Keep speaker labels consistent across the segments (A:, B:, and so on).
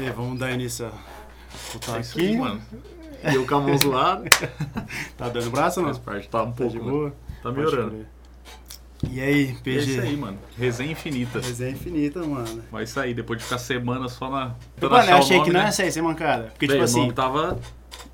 A: Aí, vamos dar início a botar
B: Isso aí,
A: Tá aqui.
B: mano. Deu com a mão zoada.
A: Tá dando braço ou não?
B: Faz parte. Tá um
A: Tá de
B: pouco, mano.
A: boa?
B: Tá
A: Pode
B: melhorando.
A: crer. E aí,
B: E É
A: PG?
B: isso aí, mano. Resenha infinita.
A: Mas é infinita, mano.
B: Vai sair, depois de ficar semana só na. tentando
A: Tipo, Mano,
B: achar
A: eu
B: o
A: achei
B: nome,
A: que não
B: né?
A: ia sair sem mancada. Porque,
B: Bem,
A: tipo
B: o nome tá-
A: assim,
B: tava.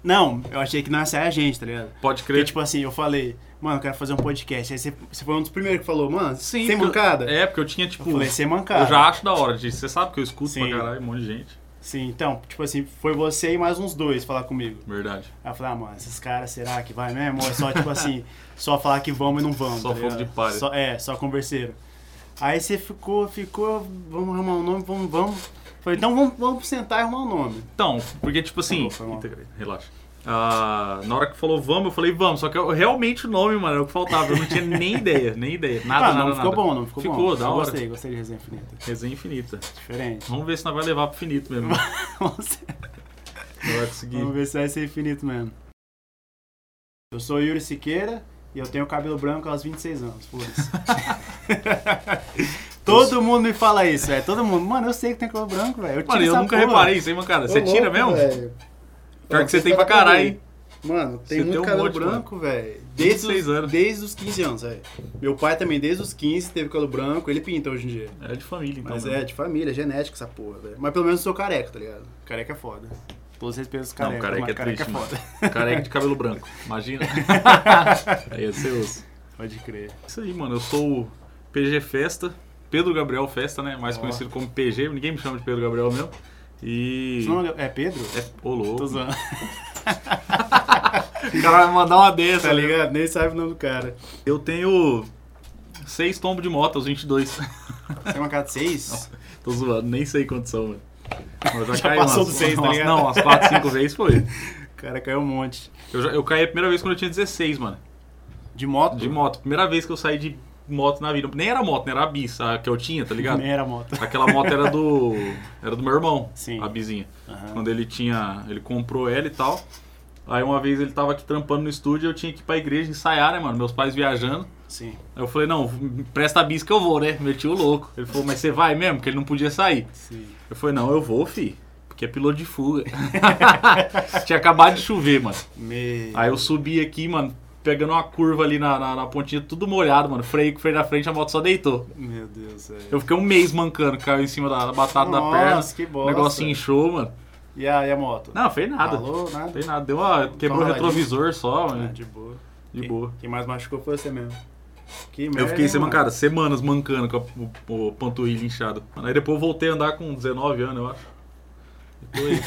A: não, eu achei que não ia sair a gente, tá ligado?
B: Pode
A: Porque,
B: crer.
A: tipo assim, eu falei, mano, eu quero fazer um podcast. Aí você, você foi um dos primeiros que falou, mano,
B: Sim,
A: sem
B: porque-
A: mancada?
B: É, porque eu tinha, tipo.
A: Eu falei, sem mancada.
B: Eu já acho da hora disso. Você sabe que eu escuto
A: Sim.
B: pra caralho um monte de gente.
A: Sim, então, tipo assim, foi você e mais uns dois falar comigo.
B: Verdade.
A: Aí eu falei, ah, mano, esses caras, será que vai mesmo? Ou é só, tipo assim, só falar que vamos e não vamos?
B: Só
A: tá
B: fogo
A: ligado?
B: de palha.
A: Só- é, só converseiro. Aí você ficou, ficou, vamos arrumar um nome, vamos, vamos. Falei, então vamos, vamos sentar e arrumar um nome.
B: Então, porque, tipo assim.
A: Foi mal, foi mal.
B: Eita, Relaxa. Ah, na hora que falou vamos, eu falei vamos. Só que eu, realmente o nome, mano, é o que faltava. Eu não tinha nem ideia, nem ideia. Nada,
A: ah,
B: nada,
A: não, ficou
B: nada.
A: bom, não ficou, bom.
B: Ficou, da
A: Eu
B: hora.
A: Gostei, gostei de resenha infinita.
B: Resenha infinita.
A: Diferente.
B: Vamos ver se nós vai levar pro finito mesmo.
A: vamos
B: Não vai conseguir.
A: vamos ver se vai ser infinito mesmo. Eu sou Yuri Siqueira e eu tenho cabelo branco aos 26 anos, foda-se. Todo mundo me fala isso, velho. Todo mundo. Mano, eu sei que tem cabelo branco, velho. tiro
B: Mano, eu
A: essa
B: nunca
A: porra.
B: reparei isso, hein, mano, cara? Você tira mesmo? Pior que você tem pra caralho, hein?
A: Mano, tem
B: Você tem
A: muito
B: um
A: cabelo
B: monte,
A: branco, velho.
B: 26
A: Desde,
B: anos.
A: os- desde os 15 anos, velho. Meu pai também, desde os 15, teve cabelo branco. Ele pinta hoje em dia.
B: É de família, então.
A: Mas
B: né?
A: é, de família, é genética essa porra, velho. Mas pelo menos eu sou careca, tá ligado? Careca é foda. Todos respeitam os carecas,
B: careca
A: mas
B: é triste, mano.
A: foda.
B: Careca de cabelo branco. Imagina. Aí ia ser osso.
A: Pode crer.
B: Isso aí, mano. Eu sou o PG Festa. Pedro Gabriel Festa, né? Mais
A: Ó.
B: conhecido como PG. Ninguém me chama de Pedro Gabriel mesmo. E.
A: Seu nome é Pedro?
B: É, ô
A: Tô
B: louco.
A: zoando.
B: O cara vai mandar uma dessa, né?
A: tá ligado? Nem sabe o nome do cara.
B: Eu tenho seis tombos de moto aos 22.
A: Você é uma cara de seis?
B: Tô zoando, nem sei quantos são, mano. Mas
A: Já passou
B: umas,
A: dos seis, tá
B: umas-
A: ligado?
B: Não, umas quatro, cinco vezes foi.
A: Cara, caiu um monte.
B: Eu, já- eu caí a primeira vez quando eu tinha 16, mano.
A: De moto?
B: De moto. Primeira vez que eu saí de moto na vida. Nem era moto, né? Era a bis a que eu tinha, tá ligado?
A: Nem era moto.
B: Aquela moto era do. Era do meu irmão,
A: Sim.
B: a bizinha.
A: Aham.
B: Quando ele tinha. Ele comprou ela e tal. Aí uma vez ele tava aqui trampando no estúdio, eu tinha que ir pra igreja ensaiar, né, mano? Meus pais viajando.
A: Sim.
B: Aí eu falei, não, presta a bis que eu vou, né? Meti o louco. Ele falou, mas você vai mesmo? Porque ele não podia sair.
A: Sim.
B: Eu falei, não, eu vou, fi. Porque é piloto de fuga. tinha acabado de chover, mano.
A: Me...
B: Aí eu subi aqui, mano, pegando uma curva ali na, na, na pontinha, tudo molhado, mano. Freio com o freio da frente, a moto só deitou.
A: Meu Deus, velho.
B: Eu fiquei um mês mancando, caiu em cima da, da batata da perna.
A: Nossa, que
B: O
A: bosta.
B: negócio inchou, mano.
A: E a, e a moto?
B: Não, fez nada.
A: Falou, nada.
B: Fez nada. Deu uma. Quebrou o
A: Tá Só uma
B: retrovisor só,
A: Ah,
B: mano.
A: de boa.
B: De
A: Quem-
B: boa.
A: Quem mais machucou foi você mesmo. Que merda,
B: Eu fiquei
A: hein,
B: sem
A: É, mano?
B: mancada, semanas mancando com a, o, o panturrilho inchado. Mano, aí depois eu voltei a andar com 19 anos, eu acho. Depois,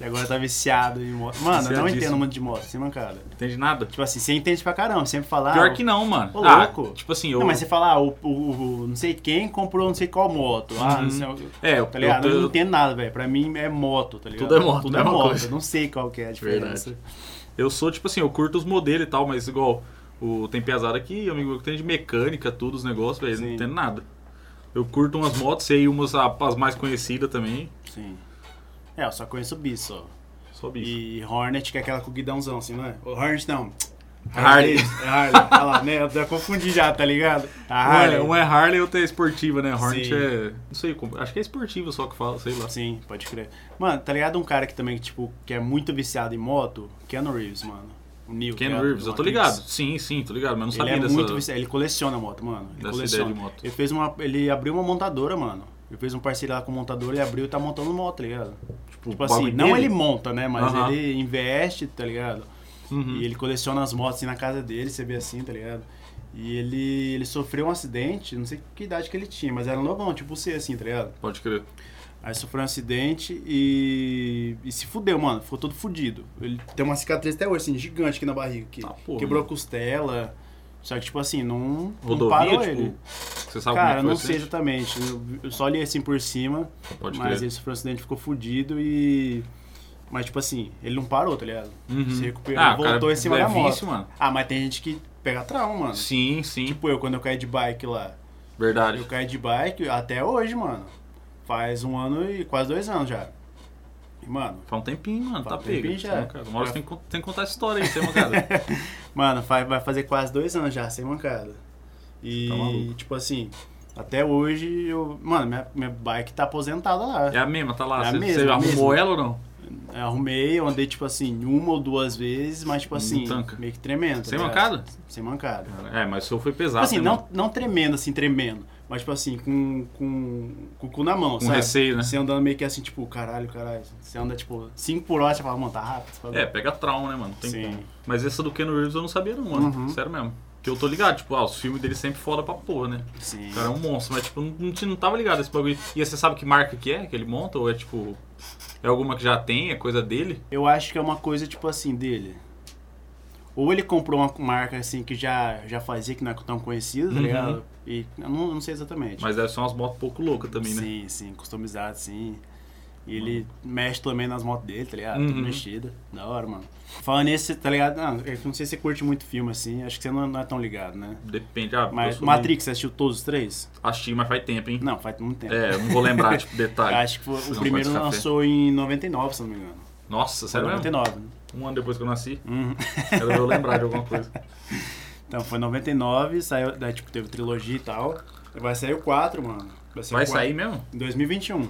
A: E agora tá viciado em moto. Mano, eu não
B: Viciadíssimo.
A: entendo muito de moto, sem mancada.
B: entende nada?
A: Tipo assim, você entende pra caramba, sempre fala.
B: Pior
A: ah,
B: que não, mano.
A: Ô,
B: Ah,
A: louco.
B: Tipo assim, eu.
A: Não, mas você fala, ah, o, o- o- não sei quem comprou não sei qual moto. Ah, não sei. o-
B: É, eu,
A: Tá ligado?
B: eu,
A: Eu,
B: eu,
A: não entendo nada, velho. Pra mim é moto, tá ligado?
B: Tudo é moto,
A: Tudo
B: né?
A: é
B: Uma
A: moto.
B: coisa.
A: Eu não sei qual que é a diferença.
B: Eu sou, tipo assim, eu curto os modelos e tal, mas igual o Tem Pesada aqui, amigo meu que tem de mecânica, tudo, os negócios, velho, não
A: Sim.
B: entendo nada. Eu curto umas motos, sei umas a- as mais conhecidas também.
A: Sim. É, eu só conheço o bis só.
B: Só bicho. Um
A: E Hornet, que é aquela com guidãozão, assim, não é? O Hornet não.
B: Harley.
A: É Harley. Olha lá, né? Eu já confundi já, tá ligado? A
B: Um é-
A: Harley.
B: Um é Harley e outro é esportiva, né? Hornet
A: Sim.
B: é. Não sei como. Acho que é esportiva só que fala, sei lá.
A: Sim, pode crer. Mano, tá ligado um cara que também, tipo, que é muito viciado em moto? Keanu Reeves, mano. O Neil.
B: Ken
A: que é
B: Reeves,
A: do
B: eu tô
A: Matrix.
B: ligado. Sim, sim, tô ligado, mas não
A: Ele
B: sabia
A: é
B: dessa.
A: muito viciado, ele coleciona moto, mano. Ele
B: dessa
A: coleciona.
B: ideia de moto.
A: Ele fez uma. Ele abriu uma montadora, mano. Ele fez um parceiro lá com o montador, ele abriu e tá montando moto, tá ligado? Tipo
B: tipo, o bagulho
A: assim, não
B: dele.
A: ele monta, né? Mas
B: Aham.
A: ele investe, tá ligado?
B: Uhum.
A: E ele coleciona as motos assim, na casa dele, você vê assim, tá ligado? E ele, ele sofreu um acidente, não sei que idade que ele tinha, mas era novão, tipo você assim, tá ligado?
B: Pode crer.
A: Aí sofreu um acidente e, e se fudeu, mano. Ficou todo fudido. Ele tem uma cicatriz até hoje, assim, gigante aqui na barriga. Que
B: Ah, porra,
A: quebrou
B: mano.
A: a costela. Só que, tipo assim, não, não
B: Rodovia,
A: parou
B: tipo.
A: ele.
B: Você sabe
A: Cara,
B: como é
A: não
B: que foi
A: sei
B: esse?
A: exatamente. Eu- Eu só li assim por cima,
B: Pode
A: mas
B: crer.
A: ele sofreu um acidente, ficou fudido e... Mas, tipo assim, ele não parou, tá ligado?
B: Uhum.
A: Se recuperou,
B: Ah,
A: voltou
B: cara,
A: em cima
B: é
A: da moto.
B: vício, mano.
A: Ah, mas tem gente que pega trauma, mano.
B: Sim, sim.
A: Tipo eu, quando eu caí de bike lá.
B: Verdade.
A: Eu caí de bike até hoje, mano. Faz um ano e quase dois anos já. E, mano,
B: Faz um tempinho, mano.
A: Faz
B: Tá
A: um
B: pego.
A: tempinho já.
B: Sim, cara. Uma hora você tem que, con- tem que contar essa história aí, você, mano, cara.
A: mano, faz, vai fazer quase dois anos já, sem mancada. E,
B: Tá maluco.
A: tipo assim, Até hoje, eu, mano, minha, minha bike tá aposentada lá.
B: É a mesma, tá lá.
A: É a
B: você,
A: mesma,
B: você
A: a
B: arrumou
A: mesma.
B: ela ou não?
A: Eu arrumei, eu andei, tipo assim, uma ou duas vezes, mas, tipo assim,
B: tanca.
A: meio que tremendo. tá
B: Sem
A: ligado?
B: mancada?
A: Sem mancada. Tipo
B: É, mas o seu foi pesado.
A: assim,
B: né, mano?
A: não, não tremendo, assim, tremendo. Mas, tipo assim, com, com, com o cu na mão,
B: Com
A: sabe?
B: receio, né?
A: Você andando meio que assim, tipo, caralho, caralho. Você anda, tipo, 5 por hora, você fala, mano, tá rápido. esse bagulho.
B: É, pega trauma, né, mano? Não Tem
A: Sim.
B: como. Mas essa do Ken Reeves eu não sabia, não, mano.
A: Uhum.
B: Sério mesmo. Porque eu tô ligado, tipo, ah, os filmes dele sempre foda pra porra, né?
A: Sim.
B: O cara é um monstro, mas tipo, não, não, tinha- não tava ligado esse bagulho. E você sabe que marca que é que ele monta? Ou é tipo. É alguma que já tem, é coisa dele?
A: Eu acho que é uma coisa, tipo assim, dele. Ou ele comprou uma marca, assim, que já, já fazia, que não é tão conhecida, tá
B: Uhum.
A: ligado? E eu não, eu não sei exatamente.
B: Mas deve ser umas motos pouco loucas também, né?
A: Sim, sim, customizado, sim. E ele mexe também nas motos dele, tá ligado? Tudo
B: Uhum.
A: mexida. Da hora, mano. Falando nisso, tá ligado? Não, eu não sei se você curte muito filme assim, acho que você não, não é tão ligado, né?
B: Depende. Ah, eu
A: Mas
B: sou
A: Matrix, você assistiu todos os três?
B: meio- Achei, mas faz tempo, hein?
A: Não, faz muito tempo.
B: É, eu não vou lembrar, tipo, detalhe.
A: Acho que foi- o
B: Não,
A: primeiro
B: pode café.
A: lançou em 99, se eu não me engano.
B: Nossa,
A: Foi
B: sério mesmo?
A: 99, né?
B: Um ano depois que eu nasci,
A: Uhum.
B: quero ver eu lembrar de alguma coisa.
A: Então, foi 99, saiu, daí, tipo, teve trilogia e tal. Vai sair o 4, mano. o
B: Vai
A: quatro.
B: sair mesmo?
A: Em 2021.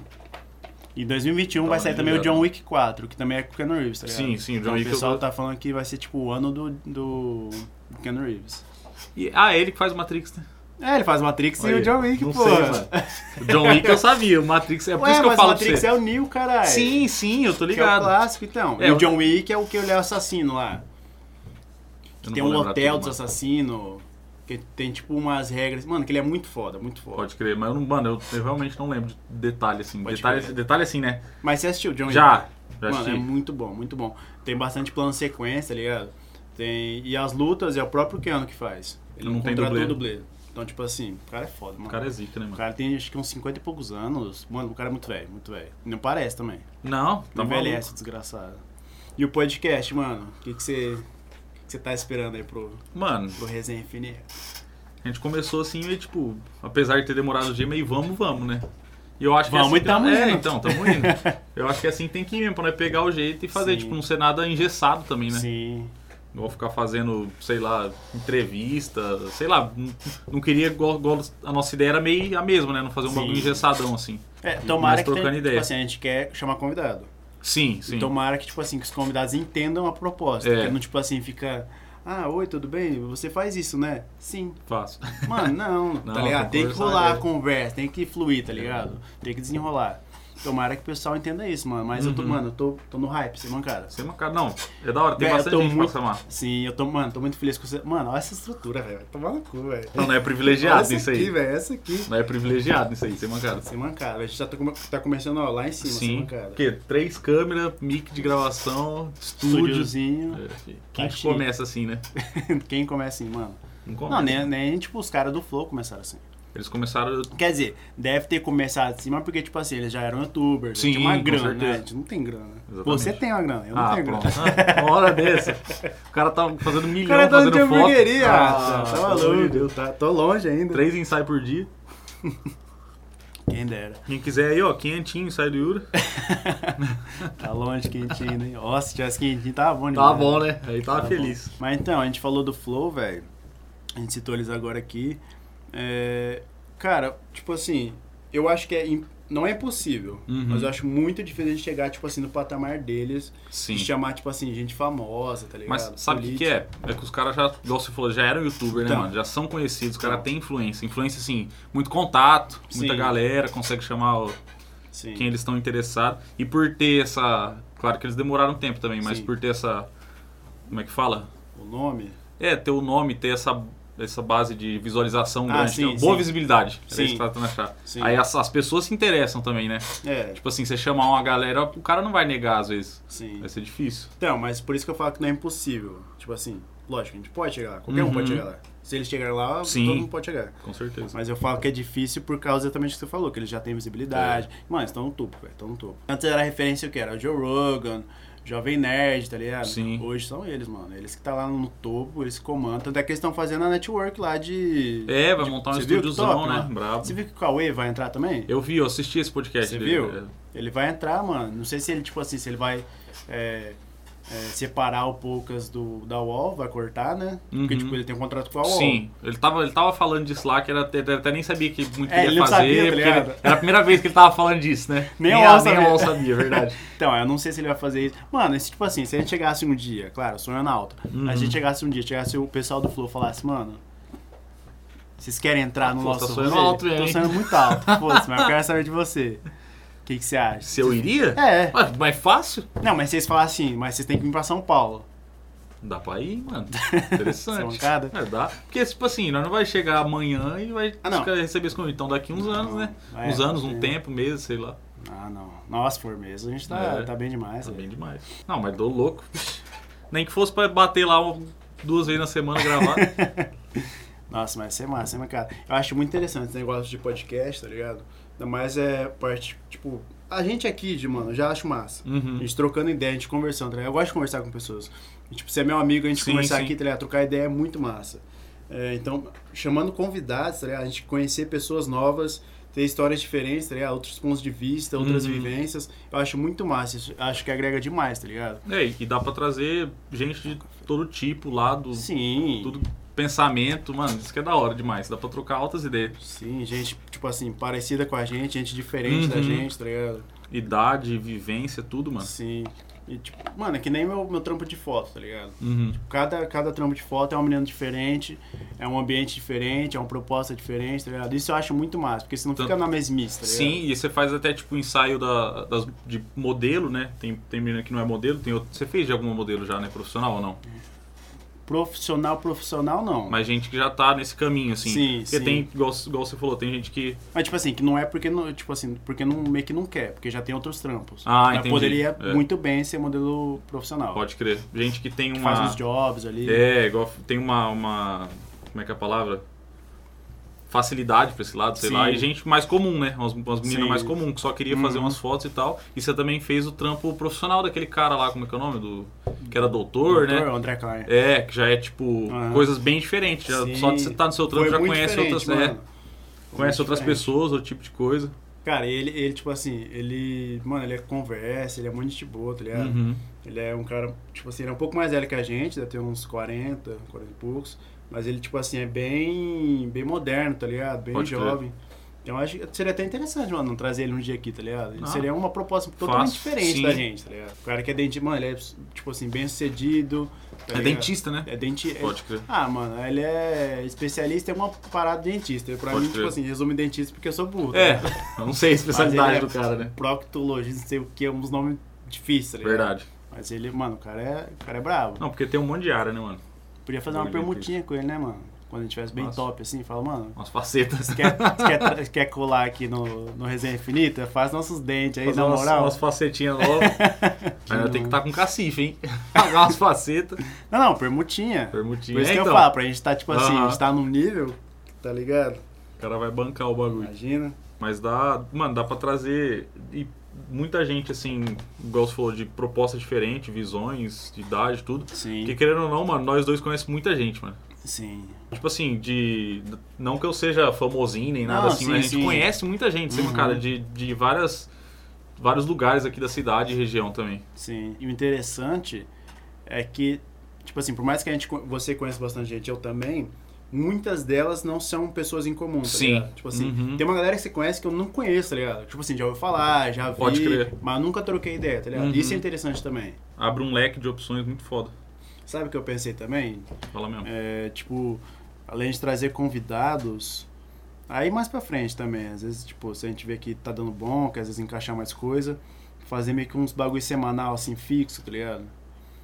A: Em 2021
B: Tá
A: vai sair também o
B: ligado.
A: John Wick 4, que também é com o Ken Reeves, tá ligado?
B: Sim, sim, o John
A: então,
B: Wick
A: O
B: eu
A: pessoal
B: tô-
A: tá falando que vai ser tipo o ano do, do, do Ken Reeves.
B: E, ah, é ele que faz o Matrix, né?
A: É, ele faz Matrix e
B: Olha
A: o
B: aí,
A: John Wick,
B: não
A: pô. É
B: sei, mano. O John Wick eu sabia, o Matrix é por
A: Ué,
B: isso que eu
A: mas
B: falo pra
A: Matrix
B: você.
A: é o Neo, caralho.
B: Sim, sim, eu tô
A: Que é o
B: ligado.
A: clássico, então.
B: É,
A: e o
B: o-
A: John Wick é o que ele é o assassino lá.
B: Eu não
A: Tem
B: vou
A: um
B: lembrar
A: hotel
B: tudo,
A: dos
B: mano.
A: assassinos. Que tem tipo umas regras. Mano, que ele é muito foda, muito foda.
B: Pode crer, mas eu não, mano, eu, eu realmente não lembro de detalhe assim.
A: Pode
B: Detalhe,
A: crer.
B: detalhe assim, né?
A: Mas você assistiu o John Wick?
B: Já, já
A: Mano, é
B: assisti.
A: muito bom, muito bom. Tem bastante plano sequência, tá ligado? Tem... E as lutas é o próprio Keanu que faz. Ele
B: Não
A: não
B: tem
A: contratou
B: dublê.
A: o dublê. Então, tipo assim, o cara é foda, mano.
B: O cara é zica, né,
A: O
B: mano?
A: cara tem acho que uns 50 e poucos anos. Mano, o cara é muito velho, muito velho. Não parece também.
B: Não, tá
A: Não
B: maluco.
A: envelhece, desgraçado. E o podcast, mano? O que que você que você tá esperando aí pro,
B: Mano,
A: pro Resenha Infinita?
B: a gente começou assim, meio tipo, apesar de ter demorado o dia, meio vamos, vamos, né? E eu acho que é
A: Vamos
B: assim
A: e tamo
B: que... É,
A: indo.
B: então, tamo indo. Eu acho que assim tem que ir mesmo, pra nós pegar o jeito e fazer,
A: Sim.
B: tipo, não ser nada engessado também, né?
A: Sim.
B: Não vou ficar fazendo, sei lá, entrevista, sei lá. n- Não queria, igual, igual a nossa ideia era meio a mesma, né? Não fazer um
A: Sim.
B: bagulho engessadão assim.
A: É, tomara
B: Mas
A: que
B: trocando
A: tenha,
B: ideia.
A: tipo assim, a gente quer chamar convidado.
B: Sim, sim.
A: E tomara que, tipo assim, que os convidados entendam a proposta.
B: É.
A: Que não, tipo assim, fica. Ah, oi, tudo bem? Você faz isso, né? Sim.
B: Faço.
A: Mano, não,
B: Não,
A: tá ligado?
B: tem
A: Tem
B: que
A: que rolar a
B: conversar, é.
A: conversa, tem que fluir, tá ligado? Tem que desenrolar. Tomara que o pessoal entenda isso, mano. Mas eu tô,
B: Uhum.
A: mano, eu tô, tô no hype, sem mancada.
B: Sem uma cara. Não, é da hora, tem
A: Véi, eu
B: bastante
A: tô
B: gente
A: muito-
B: pra chamar.
A: Sim, eu tô, mano, tô muito feliz com você. Mano, olha essa estrutura, velho. Tomar no cu, velho.
B: Não, não é
A: Olha
B: privilegiado
A: essa
B: isso
A: aqui,
B: aí.
A: velho. Essa aqui.
B: Não é privilegiado isso aí, sem mancada.
A: Sem mancada. A gente já tá, come- tá começando, ó, lá em cima, sem
B: Sim.
A: mancada.
B: O quê? Três câmeras, mic de gravação, estúdio.
A: Estúdiozinho.
B: É, fi. Quem que
A: Caixinha.
B: começa assim, né?
A: Quem começa assim, mano?
B: Não
A: Não,
B: começa.
A: nem, nem tipo os caras do Flow começaram assim.
B: Eles começaram.
A: Quer dizer, deve ter começado acima porque, tipo assim, eles já eram youtubers,
B: Sim,
A: já tinha uma
B: com
A: grana, né?
B: certeza.
A: A gente não tem grana.
B: Exatamente.
A: Você tem uma grana, eu não
B: Ah,
A: tenho
B: pronto.
A: grana.
B: Ah, uma hora dessa. O cara tá fazendo milhão,
A: O cara tá de
B: fazendo foto.
A: hamburgueria,
B: Ah,
A: tá, tá
B: pelo amor de
A: maluco.
B: Deus.
A: Tá, tô longe ainda.
B: Três ensaios por dia.
A: Quem dera.
B: Quem quiser aí, ó, quinhentinho, sai do Yura.
A: Tá longe, quentinho ainda, hein? Nossa, se tivesse quentinho, tava bom
B: Tá
A: demais.
B: bom, né? Aí tava
A: Tá
B: feliz.
A: bom. Mas então, a gente falou do Flow, velho. A gente citou eles agora aqui. É, Cara, tipo assim, eu acho que é im- não é impossível,
B: Uhum.
A: mas eu acho muito difícil a gente chegar, tipo assim, no patamar deles
B: Sim.
A: e chamar, tipo assim, gente famosa, tá ligado?
B: Mas sabe o que, que é? É que os caras já, igual você falou, já eram youtuber, né,
A: Então.
B: mano? Já são conhecidos, os caras
A: Então.
B: têm influência. Influência, assim, muito contato, muita
A: Sim.
B: galera, consegue chamar o-
A: Sim.
B: quem eles estão interessados. E por ter essa. Claro que eles demoraram tempo também, mas
A: Sim.
B: por ter essa. Como é que fala?
A: O nome?
B: É, ter o nome, ter essa, essa base de visualização
A: Ah,
B: grande.
A: sim,
B: ter uma boa
A: sim.
B: visibilidade. Era
A: Sim.
B: isso que eu tava tentando achar.
A: Sim.
B: Aí as, as pessoas se interessam também, né?
A: É,
B: Tipo assim, você chamar uma galera, o cara não vai negar às vezes.
A: sim.
B: Vai ser difícil.
A: Então, mas por isso que eu falo que não é impossível. Tipo assim, lógico, a gente pode chegar lá. Qualquer
B: Uhum.
A: um pode chegar lá. Se eles chegarem lá,
B: Sim.
A: todo mundo pode chegar.
B: Com certeza.
A: Mas eu falo que é difícil por causa exatamente do que você falou, que eles já têm visibilidade.
B: É.
A: Mano, estão no topo, velho. Estão no topo. Antes era referência o que? Era o Joe Rogan, Jovem Nerd, tá ligado?
B: Sim.
A: Hoje são eles, mano. Eles que tá lá no topo, eles que comandam. Tanto é que eles estão fazendo a network lá de.
B: É, vai montar um
A: Você viu que
B: estúdiozão,
A: top,
B: né?
A: mano?
B: Brabo.
A: Você viu que o Cauê vai entrar também?
B: Eu vi, eu assisti esse podcast
A: Você
B: dele.
A: viu? Ele vai entrar, mano. Não sei se ele, tipo assim, se ele vai é, é, separar o Poucas do, da UOL, vai cortar, né? Porque,
B: Uhum.
A: tipo, ele tem um contrato com a UOL.
B: Sim, ele tava, ele tava falando disso lá, que era, até- até nem sabia que muito
A: É,
B: que
A: ele
B: ele ia
A: não
B: fazer,
A: sabia, tá
B: porque
A: ligado?
B: ele- era a primeira vez que ele tava falando disso, né?
A: Nem o
B: a-
A: Al
B: nem
A: sabia.
B: o Al sabia, é verdade.
A: Então, eu não sei se ele vai fazer isso. Mano, esse, tipo assim, se a gente chegasse um dia, claro, sonhando alto, a
B: Uhum.
A: gente chegasse um dia, chegasse o pessoal do Flow e falasse, mano, vocês querem entrar no
B: Pô,
A: nosso
B: tá sonhando
A: rolê?
B: alto, hein?
A: Tô sonhando muito alto, foda-se, mas eu quero saber de você. O que que você acha?
B: Se eu iria?
A: É,
B: Ué, mais fácil?
A: não, mas vocês falam assim, mas vocês têm que vir pra São Paulo.
B: Dá pra ir, mano.
A: Essa
B: Interessante.
A: bancada.
B: É, dá. Porque, tipo assim, nós não vai chegar amanhã e vai
A: Ah, não.
B: receber esse convite. Então, daqui uns anos, né?
A: É,
B: uns anos,
A: tem-
B: um tempo, meses, sei lá.
A: Ah, não. Nós por mesmo, a gente tá,
B: É.
A: tá bem demais.
B: Tá
A: velho.
B: bem demais. Não, mas dou louco. Nem que fosse pra bater lá um- duas vezes na semana gravar.
A: Nossa, mas isso é massa, né, cara? Eu acho muito interessante esse negócio de podcast, tá ligado? Ainda mais é parte, tipo, a gente aqui, de mano, já acho massa. A
B: Uhum.
A: gente trocando ideia, a gente conversando, tá ligado? Eu gosto de conversar com pessoas. E, tipo, você é meu amigo, a gente
B: Sim,
A: conversar
B: sim.
A: aqui, tá ligado? Trocar ideia é muito massa. É, então, chamando convidados, tá ligado? A gente conhecer pessoas novas, ter histórias diferentes, tá ligado? Outros pontos de vista, outras
B: Uhum.
A: vivências. Eu acho muito massa, isso acho que agrega demais, tá ligado?
B: É, e dá pra trazer gente de todo tipo lá, do
A: Sim.
B: tudo pensamento, mano, isso que é da hora demais. Dá pra trocar altas ideias.
A: Sim, gente, tipo assim, parecida com a gente, gente diferente da
B: Uhum.
A: gente, tá ligado?
B: Idade, vivência, tudo, mano.
A: Sim. E, tipo, mano, é que nem meu, meu trampo de foto, tá ligado?
B: Uhum.
A: Cada, cada trampo de foto é um menino diferente, é um ambiente diferente, é uma proposta diferente, tá ligado? Isso eu acho muito massa, porque você não
B: Tanto-
A: fica na mesmice, tá ligado?
B: Sim, e você faz até tipo ensaio da, das, de modelo, né? Tem, tem menina que não é modelo, tem outro. Você fez de algum modelo já, né? Profissional ou não?
A: Profissional, profissional, não. Mas,
B: Mas gente que já tá nesse caminho, assim.
A: Sim,
B: Porque
A: sim.
B: tem, igual, igual você falou, tem gente que.
A: tipo assim, que não é porque não, tipo assim, porque não, meio que não quer, porque já tem outros trampos.
B: Ah,
A: Mas
B: entendi.
A: poderia
B: É.
A: muito bem ser modelo profissional.
B: Pode crer. Gente que tem
A: Que
B: uma.
A: faz uns jobs ali.
B: É, igual tem uma, uma. Como é que é a palavra? Facilidade pra esse lado, sei
A: Sim.
B: lá. E gente mais comum, né? Umas, umas meninas
A: Sim.
B: mais comum, que só queria fazer
A: Uhum.
B: umas fotos e tal. E você também fez o trampo profissional daquele cara lá, como é que é o nome? Do, que era doutor, né?
A: André Klein.
B: É, que já é tipo
A: Aham.
B: coisas bem diferentes. Já,
A: Sim.
B: só de você estar no seu trampo
A: Foi
B: já
A: muito
B: conhece
A: diferente,
B: outras,
A: mano.
B: é, conhece outras
A: diferente.
B: pessoas, outro tipo de coisa.
A: Cara, ele, ele, tipo assim, ele. Mano, ele é conversa, ele é muito gente boa, tá ligado?
B: Uhum.
A: Ele é um cara, tipo assim, ele é um pouco mais velho que a gente, deve ter uns 40, 40 e poucos. Mas ele, tipo assim, é bem. bem moderno, tá ligado? Bem
B: Pode crer.
A: jovem. Então acho que seria até interessante, mano, trazer ele um dia aqui, tá ligado? Ele
B: Ah,
A: seria uma proposta totalmente
B: fácil,
A: diferente
B: sim.
A: da gente, tá ligado? O cara que é dentista, mano, ele é, tipo assim, bem sucedido. tá
B: É
A: ligado?
B: dentista, né?
A: É dentista.
B: Pode crer.
A: Ah, mano, ele é especialista em uma parada de dentista. Pra
B: Pode
A: mim, tipo
B: crer.
A: assim, resume dentista porque eu sou burro. tá
B: É,
A: ligado?
B: eu não sei a especialidade
A: Mas ele
B: do
A: é
B: cara, né?
A: Proctologista, não sei o que, uns nomes difíceis, tá ligado?
B: Verdade.
A: Mas ele, mano, o cara é, o cara é brabo.
B: Não, porque tem um monte de área, né, mano?
A: Podia fazer uma
B: Olha,
A: permutinha com ele, né, mano? Quando ele estivesse bem
B: Nossa.
A: top, assim, fala, mano,
B: Umas facetas.
A: você quer, você quer, tra- você quer colar aqui no, no Resenha Infinita? Faz nossos dentes aí,
B: Fazer
A: na
B: umas,
A: moral.
B: umas facetinhas novas. Ainda tem que
A: não.
B: estar com cacife, hein? Pagar umas facetas.
A: Não, não, permutinha.
B: Permutinha.
A: Por isso
B: É,
A: que
B: então,
A: eu falo, pra gente tá, tipo assim,
B: Aham.
A: a gente tá num nível, tá ligado?
B: O cara vai bancar o bagulho.
A: Imagina.
B: Mas dá, mano, dá pra trazer e muita gente, assim, igual você falou, de proposta diferente, visões, de idade, tudo.
A: Sim,
B: Porque querendo ou não, mano, nós dois conhecemos muita gente, mano.
A: sim.
B: Tipo assim, de. Não que eu seja famosinho nem nada
A: Não,
B: assim,
A: sim,
B: mas a gente
A: sim.
B: conhece muita gente, assim,
A: Uhum.
B: cara, de, de várias. Vários lugares aqui da cidade e região também.
A: Sim. E o interessante é que, tipo assim, por mais que a gente, co- você conheça bastante gente, eu também, muitas delas não são pessoas em comum, tá
B: Sim.
A: ligado? Tipo assim,
B: Uhum.
A: tem uma galera que você conhece que eu não conheço, tá ligado? Tipo assim, já ouvi falar, já vi,
B: Pode crer.
A: mas nunca troquei ideia, tá ligado?
B: Uhum.
A: Isso é interessante também.
B: Abre um leque de opções muito foda.
A: Sabe o que eu pensei também?
B: Fala mesmo.
A: É, tipo, além de trazer convidados, aí mais pra frente também. Às vezes, tipo, se a gente vê que tá dando bom, que às vezes encaixar mais coisa, fazer meio que uns bagulho semanal, assim, fixo, tá ligado?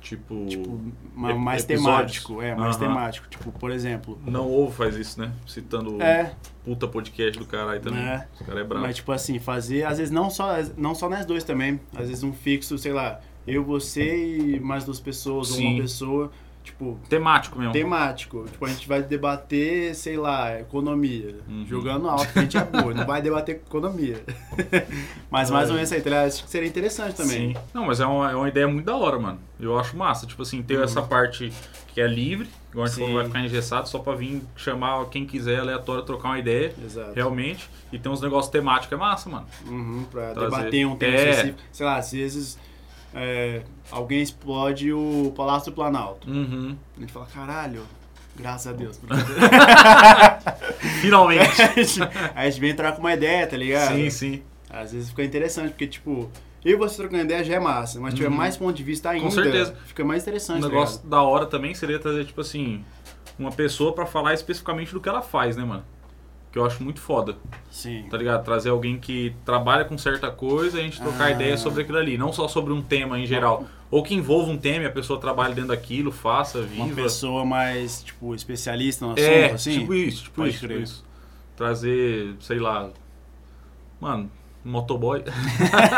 B: Tipo,
A: tipo, ma-
B: ep-
A: mais
B: episódios.
A: temático, é, mais
B: Aham.
A: temático. Tipo, por exemplo,
B: Não Ovo faz isso, né? Citando
A: é,
B: puta podcast do caralho também.
A: É.
B: Os caras é bravo.
A: mas tipo assim, fazer, às vezes não só, não só nós dois também, às vezes um fixo, sei lá, eu, você e mais duas pessoas, ou
B: Sim.
A: uma pessoa, tipo,
B: Temático mesmo.
A: temático. Tipo, a gente vai debater, sei lá, economia,
B: Uhum.
A: jogando alto, que a gente é boa, não vai debater economia. mas mais ou menos aí, tá ligado? Acho que seria interessante também.
B: Sim. Não, mas é uma, é uma ideia muito da hora, mano. Eu acho massa. Tipo assim, ter essa parte que é livre, igual a gente
A: Uhum. Sim.
B: falou, vai ficar engessado, só pra vir chamar quem quiser aleatório, trocar uma ideia.
A: Exato.
B: Realmente. E tem uns negócios temáticos, é massa, mano.
A: Uhum, pra
B: Trazer.
A: debater um tema
B: É.
A: específico. Sei lá, às vezes é, alguém explode o Palácio do Planalto.
B: Uhum.
A: A gente fala, caralho, graças a Deus.
B: Finalmente.
A: a, gente, a gente vem trocar uma ideia, tá ligado?
B: Sim, Um sim.
A: Às vezes fica interessante, porque, tipo, eu e você trocando ideia já é massa, mas tiver mais ponto de vista ainda,
B: Uhum. certeza.
A: fica mais
B: Um
A: interessante. tá
B: negócio da hora também seria trazer, tipo assim, uma pessoa pra falar especificamente do que ela faz, né, mano? Que eu acho muito foda,
A: ligado? Sim.
B: tá ligado? Trazer alguém que trabalha com certa coisa e a gente trocar
A: Ah.
B: ideia sobre aquilo ali. Não só sobre um tema em geral. Ou que envolva um tema e a pessoa trabalhe dentro daquilo, faça, viva.
A: Uma pessoa mais, tipo, especialista no assunto,
B: é,
A: assim.
B: tipo isso, tipo
A: Pode
B: isso, tipo
A: crer.
B: isso. Trazer, sei lá, mano, um motoboy.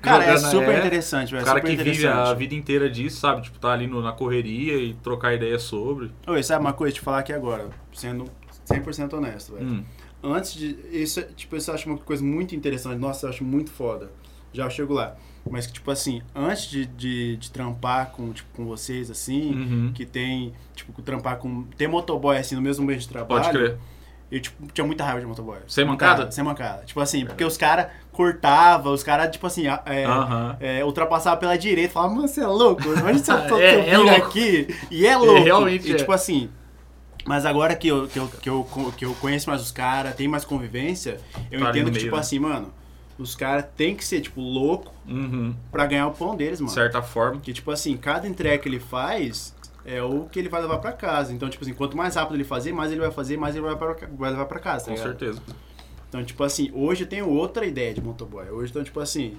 A: Cara, é
B: Jogando,
A: super
B: é.
A: interessante, velho.
B: O cara
A: super
B: que vive a
A: interessante.
B: vida inteira disso, sabe? Tipo, tá ali no- na correria e trocar ideia sobre.
A: Oi, sabe uma coisa? Te falar aqui agora, sendo 100% honesto, velho.
B: Hum,
A: Antes de... Isso, é- tipo, isso eu acho uma coisa muito interessante. Nossa, eu acho muito foda. Já chego lá. Mas, que, tipo assim, antes de, de, de trampar com, tipo, com vocês, assim,
B: uhum.
A: que tem, tipo, trampar com... Tem motoboy, assim, no mesmo meio de trabalho.
B: Pode crer.
A: Eu, tipo, tinha muita raiva de motoboy.
B: Sem
A: Muita
B: mancada? É.
A: raiva, Sem mancada. Tipo assim, porque os caras cortavam, os caras, tipo assim, a-
B: Ah.
A: é,
B: Aham.
A: é, ultrapassava pela direita, falava, mano, você é louco, imagina se eu tô
B: É,
A: eu
B: é
A: vir
B: louco.
A: aqui. E é louco.
B: realmente
A: e
B: é.
A: tipo assim, mas agora que eu, que eu, que eu, co- que eu conheço mais os caras, tem mais convivência, eu
B: Tá ali
A: entendo
B: no
A: que,
B: meio,
A: tipo
B: né?
A: assim, mano, os caras tem que ser, tipo, louco
B: Uhum.
A: pra ganhar o pão deles,
B: De
A: mano.
B: certa forma.
A: Que, tipo assim, cada entrega que ele faz é o que ele vai levar pra casa. Então, tipo assim, quanto mais rápido ele fazer, mais ele vai fazer, mais ele vai, pra, ca- vai levar pra casa, tá
B: Com
A: ligado?
B: certeza.
A: Então, tipo assim, hoje eu tenho outra ideia de motoboy. Hoje, então, tipo assim,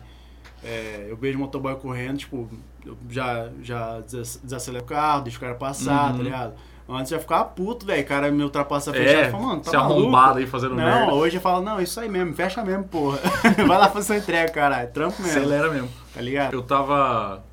A: é, eu vejo motoboy correndo, tipo, eu já, já des- desacelero o carro, deixo o cara passar,
B: Uhum.
A: tá ligado? Antes eu já ficava puto, velho. O cara me ultrapassa fechado
B: É,
A: e fala, mano, tá
B: se
A: maluco?
B: arrombado aí fazendo
A: Não,
B: merda.
A: hoje eu falo, não, isso aí mesmo, fecha mesmo, porra. vai lá fazer sua entrega, caralho. Trampo mesmo,
B: Acelera mesmo.
A: tá ligado?
B: Eu tava.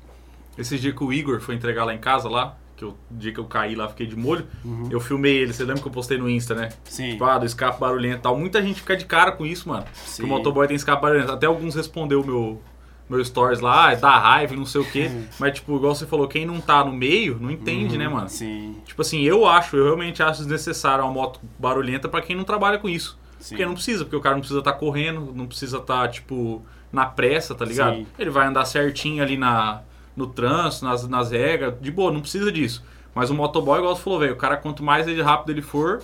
B: Esse dia que o Igor foi entregar lá em casa, lá, que o dia que eu caí lá, fiquei de molho,
A: Uhum.
B: eu filmei ele. Você lembra que eu postei no Insta, né?
A: Sim.
B: Tipo, ah, do escape barulhento e tal. Muita gente fica de cara com isso, mano.
A: Sim.
B: Que o motoboy tem escape barulhento. Até alguns respondeu o meu, meu stories lá, ah, dá raiva e não sei o quê. Mas, tipo, igual você falou, quem não tá no meio não entende, né, mano?
A: Uhum. Sim,
B: Tipo assim, eu acho, eu realmente acho desnecessário uma moto barulhenta pra quem não trabalha com isso.
A: sim.
B: Porque não precisa, porque o cara não precisa estar correndo, não precisa estar, tipo, na pressa, tá ligado?
A: Sim.
B: Ele vai andar certinho ali na, no trânsito, nas, nas regras, de boa, não precisa disso. Mas o motoboy, igual você falou, velho, o cara quanto mais ele rápido ele for,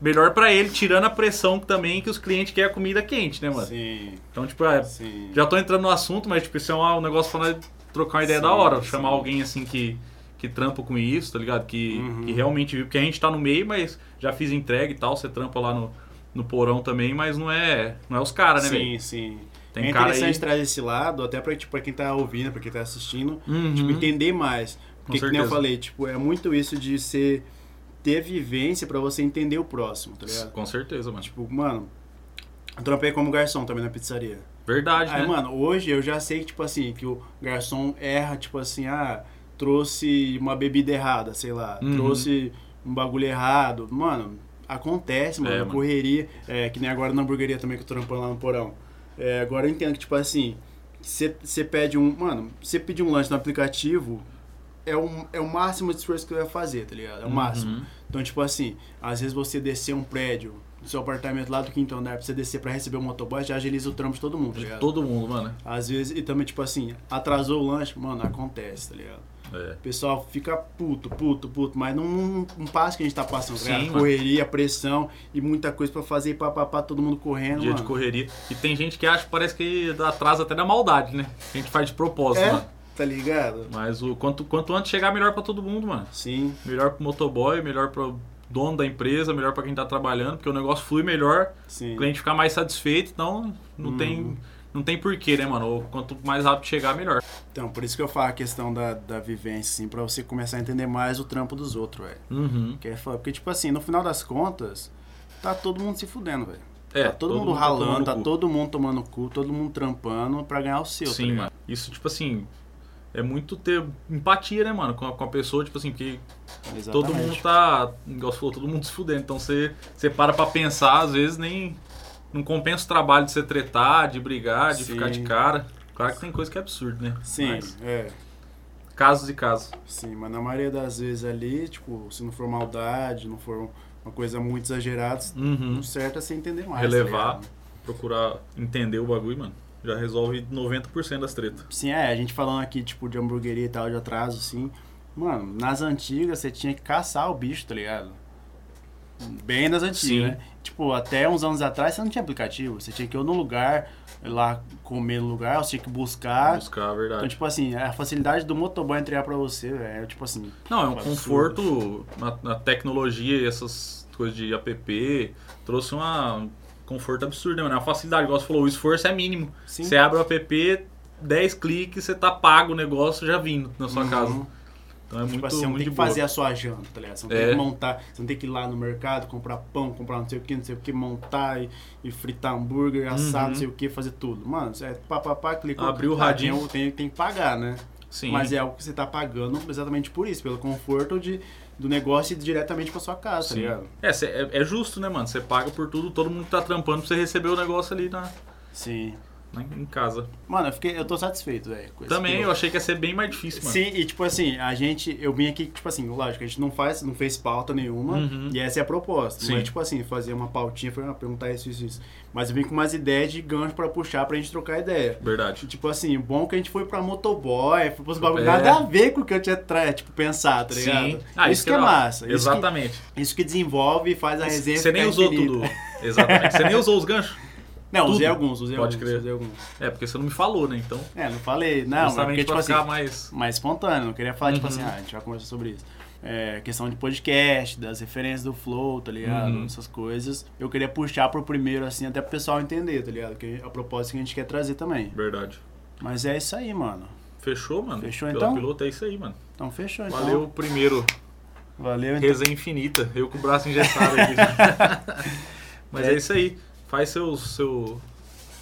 B: melhor pra ele, tirando a pressão também que os clientes querem a comida quente, né, mano?
A: Sim,
B: Então, tipo, é,
A: sim.
B: já tô entrando no assunto, mas, tipo, isso é um, um negócio pra nós trocar uma ideia
A: Sim,
B: da hora,
A: sim.
B: chamar alguém, assim, que... Que trampa com isso, tá ligado? Que,
A: Uhum.
B: que realmente vive. Porque a gente tá no meio, mas já fiz entrega e tal. Você trampa lá no, no porão também, mas não é, não é os caras, né, velho?
A: Sim, sim.
B: Tem
A: é
B: cara
A: interessante
B: aí.
A: trazer esse lado, até pra, tipo, pra quem tá ouvindo, pra quem tá assistindo,
B: Uhum.
A: tipo, entender mais. Porque,
B: Com
A: que nem eu
B: certeza.
A: falei, tipo, é muito isso de ser ter vivência pra você entender o próximo, tá ligado?
B: Com certeza, mano.
A: Tipo, mano, eu trampei como garçom também na pizzaria.
B: Verdade,
A: Aí,
B: né?
A: Ah, É, mano, hoje eu já sei que, tipo assim, que o garçom erra, tipo assim, ah, trouxe uma bebida errada, sei lá,
B: Uhum.
A: trouxe um bagulho errado. Mano, acontece, mano,
B: É,
A: na
B: mano.
A: correria, é, que nem agora na hamburgueria também que eu tô trampando lá no porão. É, agora eu entendo que, tipo assim, você pede um. Mano, você pedir um lanche no aplicativo é, um, é o máximo de esforço que você vai fazer, tá ligado? É o máximo.
B: Uhum.
A: Então, tipo assim, às vezes você descer um prédio do seu apartamento lá do quinto andar pra você descer pra receber o motoboy, já agiliza o trampo de todo mundo, tá
B: De
A: ligado?
B: todo mundo, mano. né?
A: Às vezes, e também, tipo assim, atrasou o lanche, mano, acontece, tá ligado?
B: É.
A: O pessoal fica puto, puto, puto, mas não, não, não passa o que a gente tá passando, tá
B: Sim,
A: ligado?
B: mano.
A: Correria, pressão e muita coisa pra fazer, papapá, todo mundo correndo,
B: Dia
A: É, mano.
B: de correria. E tem gente que acha, parece que atrasa até na maldade, né? A gente faz de propósito,
A: É,
B: mano.
A: tá ligado?
B: Mas o quanto, quanto antes chegar, melhor pra todo mundo, mano.
A: Sim,
B: Melhor pro motoboy, melhor pro dono da empresa, melhor pra quem tá trabalhando, porque o negócio flui melhor,
A: sim.
B: o cliente fica mais satisfeito, então não
A: Uhum.
B: tem não tem porquê, né, mano? Quanto mais rápido chegar, melhor.
A: Então, por isso que eu falo a questão da, da vivência, assim, pra você começar a entender mais o trampo dos outros, velho.
B: Uhum.
A: Que é foda. Porque, tipo assim, no final das contas, tá todo mundo se fudendo, velho.
B: É,
A: tá todo, mundo
B: tá
A: ralando,
B: tomando
A: tá
B: cu.
A: todo mundo tomando cu, todo mundo trampando pra ganhar o seu, tá
B: Sim,
A: ligado?
B: mano. Isso, tipo assim, é muito ter empatia, né, mano, com a, com a pessoa, tipo assim, porque todo
A: Exatamente.
B: mundo tá, igual você falou, todo mundo se fudendo, então você, você para pra pensar, às vezes nem, não compensa o trabalho de você tretar, de brigar, de
A: Sim.
B: ficar de cara. Claro que tem coisa que é absurdo, né?
A: Sim,
B: Mas
A: é.
B: casos e casos.
A: Sim, mas na maioria das vezes ali, tipo, se não for maldade, não for uma coisa muito exagerada,
B: Uhum.
A: o certo é você entender mais. tá
B: Relevar,
A: ligado?
B: procurar entender o bagulho, mano. Já resolve 90% das tretas.
A: Sim, é, a gente falando aqui, tipo, de hamburgueria e tal, de atraso, assim. Mano, nas antigas você tinha que caçar o bicho, tá ligado? Bem nas antigas,
B: Sim.
A: né? Tipo, até uns anos atrás você não tinha aplicativo. Você tinha que ir num lugar, ir lá comer no lugar, você tinha que buscar.
B: Buscar a
A: Então,
B: verdade.
A: tipo assim, a facilidade do motoboy entregar pra você, velho, é tipo assim.
B: Não, é um
A: absurdo.
B: conforto na, na tecnologia e essas coisas de app. Trouxe uma um conforto absurdo, né? Uma facilidade. Igual você falou, o esforço é mínimo.
A: Sim.
B: Você abre o app, 10 cliques, você tá pago o negócio já vindo na sua
A: Uhum.
B: casa. Então é
A: Tipo
B: muito,
A: assim, você não
B: muito
A: tem
B: de
A: que
B: boa.
A: fazer a sua janta, tá ligado? Você não
B: É.
A: tem que montar, você não tem que ir lá no mercado, comprar pão, comprar não sei o que, não sei o que, montar e, e fritar hambúrguer, assar,
B: Uhum.
A: não sei o que, fazer tudo. Mano, você é papapá, clicou.
B: Abriu o
A: ah,
B: radinho.
A: tem- Tem, tem que pagar, né?
B: Sim.
A: Mas é algo que você tá pagando exatamente por isso, pelo conforto de, do negócio e diretamente pra sua casa, tá
B: Sim.
A: ligado?
B: É, cê- é- é justo, né, mano? Você paga por tudo, todo mundo tá trampando pra você receber o negócio ali na,
A: Sim.
B: na- em casa.
A: Mano, eu, fiquei, eu tô satisfeito, velho. com esse
B: Também eu
A: piloto.
B: achei que ia ser bem mais difícil, mano.
A: Sim, e tipo assim, a gente, eu vim aqui, tipo assim, lógico, a gente não faz, não fez pauta nenhuma,
B: Uhum.
A: e essa é a proposta.
B: Sim.
A: Não é tipo assim, fazer uma pautinha, foi, ah, perguntar isso, isso, isso. Mas eu vim com umas ideias de gancho pra puxar, pra gente trocar ideia.
B: Verdade.
A: Tipo assim, o bom é que a gente foi pra motoboy, foi pros bagulho,
B: É.
A: nada a ver com o que eu tinha, tra- tipo, pensado, tá ligado?
B: Sim. Ah,
A: isso que é
B: da-
A: massa. isso que-
B: Exatamente.
A: Isso que, desenvolve e faz a resenha
B: Você nem
A: ficar
B: usou
A: infinita.
B: tudo. Exatamente. Você nem usou os ganchos?
A: Não, usei
B: Tudo.
A: alguns, usei
B: Pode
A: alguns.
B: crer.
A: Usei alguns.
B: É, porque você não me falou, né? Então,
A: É, não falei, não, mas
B: justamente
A: porque, tipo
B: pra
A: assim,
B: ficar mais...
A: mais espontâneo. Não queria falar, tipo
B: Uhum.
A: assim, ah, a gente vai conversar sobre isso. É, questão de podcast, das referências do Flow, tá ligado?
B: Uhum.
A: Essas coisas. Eu queria puxar pro primeiro, assim, até pro pessoal entender, tá ligado? Que é a proposta que a gente quer trazer também.
B: Verdade.
A: Mas é isso aí, mano.
B: Fechou, mano?
A: Fechou,
B: Pela
A: então?
B: piloto é isso aí, mano.
A: Então fechou, então.
B: Valeu o primeiro.
A: Valeu, então.
B: Resenha infinita. Eu com o braço engessado aqui. Mas é.
A: É.
B: isso aí. Faz seu, seu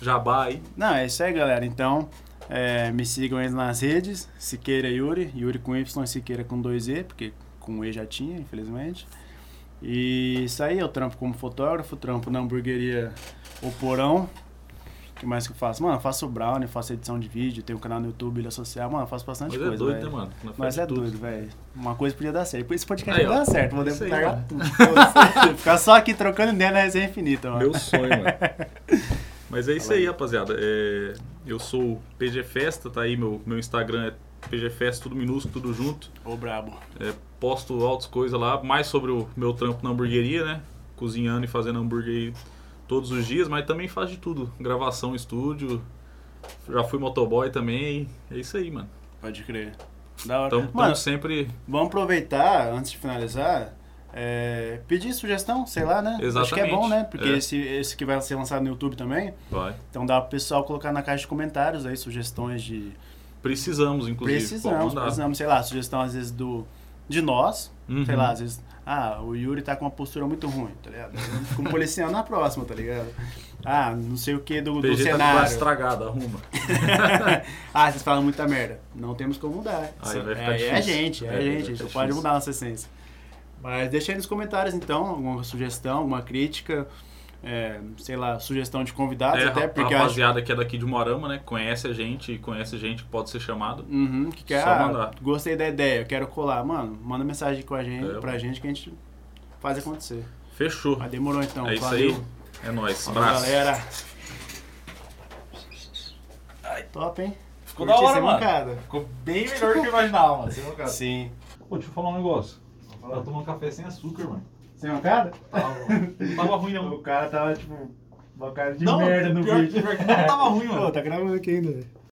B: jabá aí.
A: Não, é isso aí, galera. Então, é, me sigam aí nas redes. Siqueira Yuri. Yuri com Y e Siqueira com 2E, porque com E já tinha, infelizmente. E isso aí, eu trampo como fotógrafo, trampo na hamburgueria O Porão. O que mais que eu faço? Mano, eu faço brownie, faço edição de vídeo, tenho um canal no YouTube, ilha social. Mano, eu faço bastante
B: Mas
A: coisa,
B: é doido,
A: velho.
B: né, mano? Na frente
A: Mas
B: de
A: é
B: tudo.
A: doido, velho. Uma coisa podia dar certo. Esse podcast
B: Aí,
A: não
B: ó.
A: dá certo. Vou
B: É isso aí,
A: deputar
B: ó.
A: tudo. Pô, Ficar só aqui trocando ideia na resenha infinita, mano.
B: Meu sonho, mano. Mas é isso
A: Fala aí.
B: aí, rapaziada. É, eu sou o PG Festa, tá aí meu, meu Instagram é PG Festa, tudo minúsculo, tudo junto.
A: Ô, brabo.
B: É, posto altas coisas lá, mais sobre o meu trampo na hamburgueria, né? Cozinhando e fazendo hambúrguer aí todos os dias, mas também faz de tudo. Gravação, estúdio, já fui motoboy também. É isso aí, mano.
A: Pode crer. Da hora.
B: Então,
A: mano,
B: tamo sempre...
A: Vamos aproveitar, antes de finalizar, é, pedir sugestão, sei lá, né? Acho que é
B: Exatamente,
A: bom, né? Porque
B: é.
A: esse, esse que vai ser lançado no YouTube também.
B: Vai.
A: Então dá pro pessoal colocar na caixa de comentários aí sugestões de.
B: Precisamos, inclusive. Pode
A: precisamos,
B: mandar.
A: precisamos, sei lá, sugestão às vezes do. De nós,
B: Uhum.
A: sei lá, às vezes. Ah, o Yuri tá com uma postura muito ruim, tá ligado? Como policial na próxima, tá ligado? Ah, não sei o que do, do
B: PG tá com o braço
A: cenário.
B: estragado, arruma.
A: ah, vocês falam muita merda. Não temos como mudar.
B: Aí vai
A: é, é
B: ficar
A: a
B: difícil.
A: gente, é,
B: É,
A: a
B: vai
A: gente. A gente
B: ficar
A: não pode
B: difícil.
A: mudar a nossa essência. Mas deixa aí nos comentários, então, alguma sugestão, alguma crítica, é, sei lá, sugestão de convidados,
B: É,
A: até
B: a
A: porque... eu acho-
B: rapaziada que é daqui de Moarama, né? Conhece a gente e conhece gente que pode ser chamado.
A: Uhum, que quer,
B: Só
A: ah,
B: mandar.
A: gostei da ideia, eu quero colar. Mano, manda mensagem com a gente,
B: É.
A: pra gente que a gente faz acontecer.
B: Fechou.
A: Mas demorou então,
B: é isso
A: valeu.
B: aí. É nóis.
A: Falou,
B: Abraço.
A: galera. Top, hein?
B: Ficou
A: Curti
B: da hora,
A: sem
B: mano.
A: mancada.
B: Ficou bem melhor do que eu imaginava, mano. é um Sem mancada.
A: Sim.
B: Pô, deixa eu falar um negócio. Tá tomando café sem açúcar, mano.
A: Sem mancada?
B: Tava ruim, não.
A: O cara tava, tipo, uma cara de
B: não,
A: merda no
B: pior,
A: vídeo.
B: pior que não tava ruim, mano.
A: Pô, tá gravando aqui ainda, velho.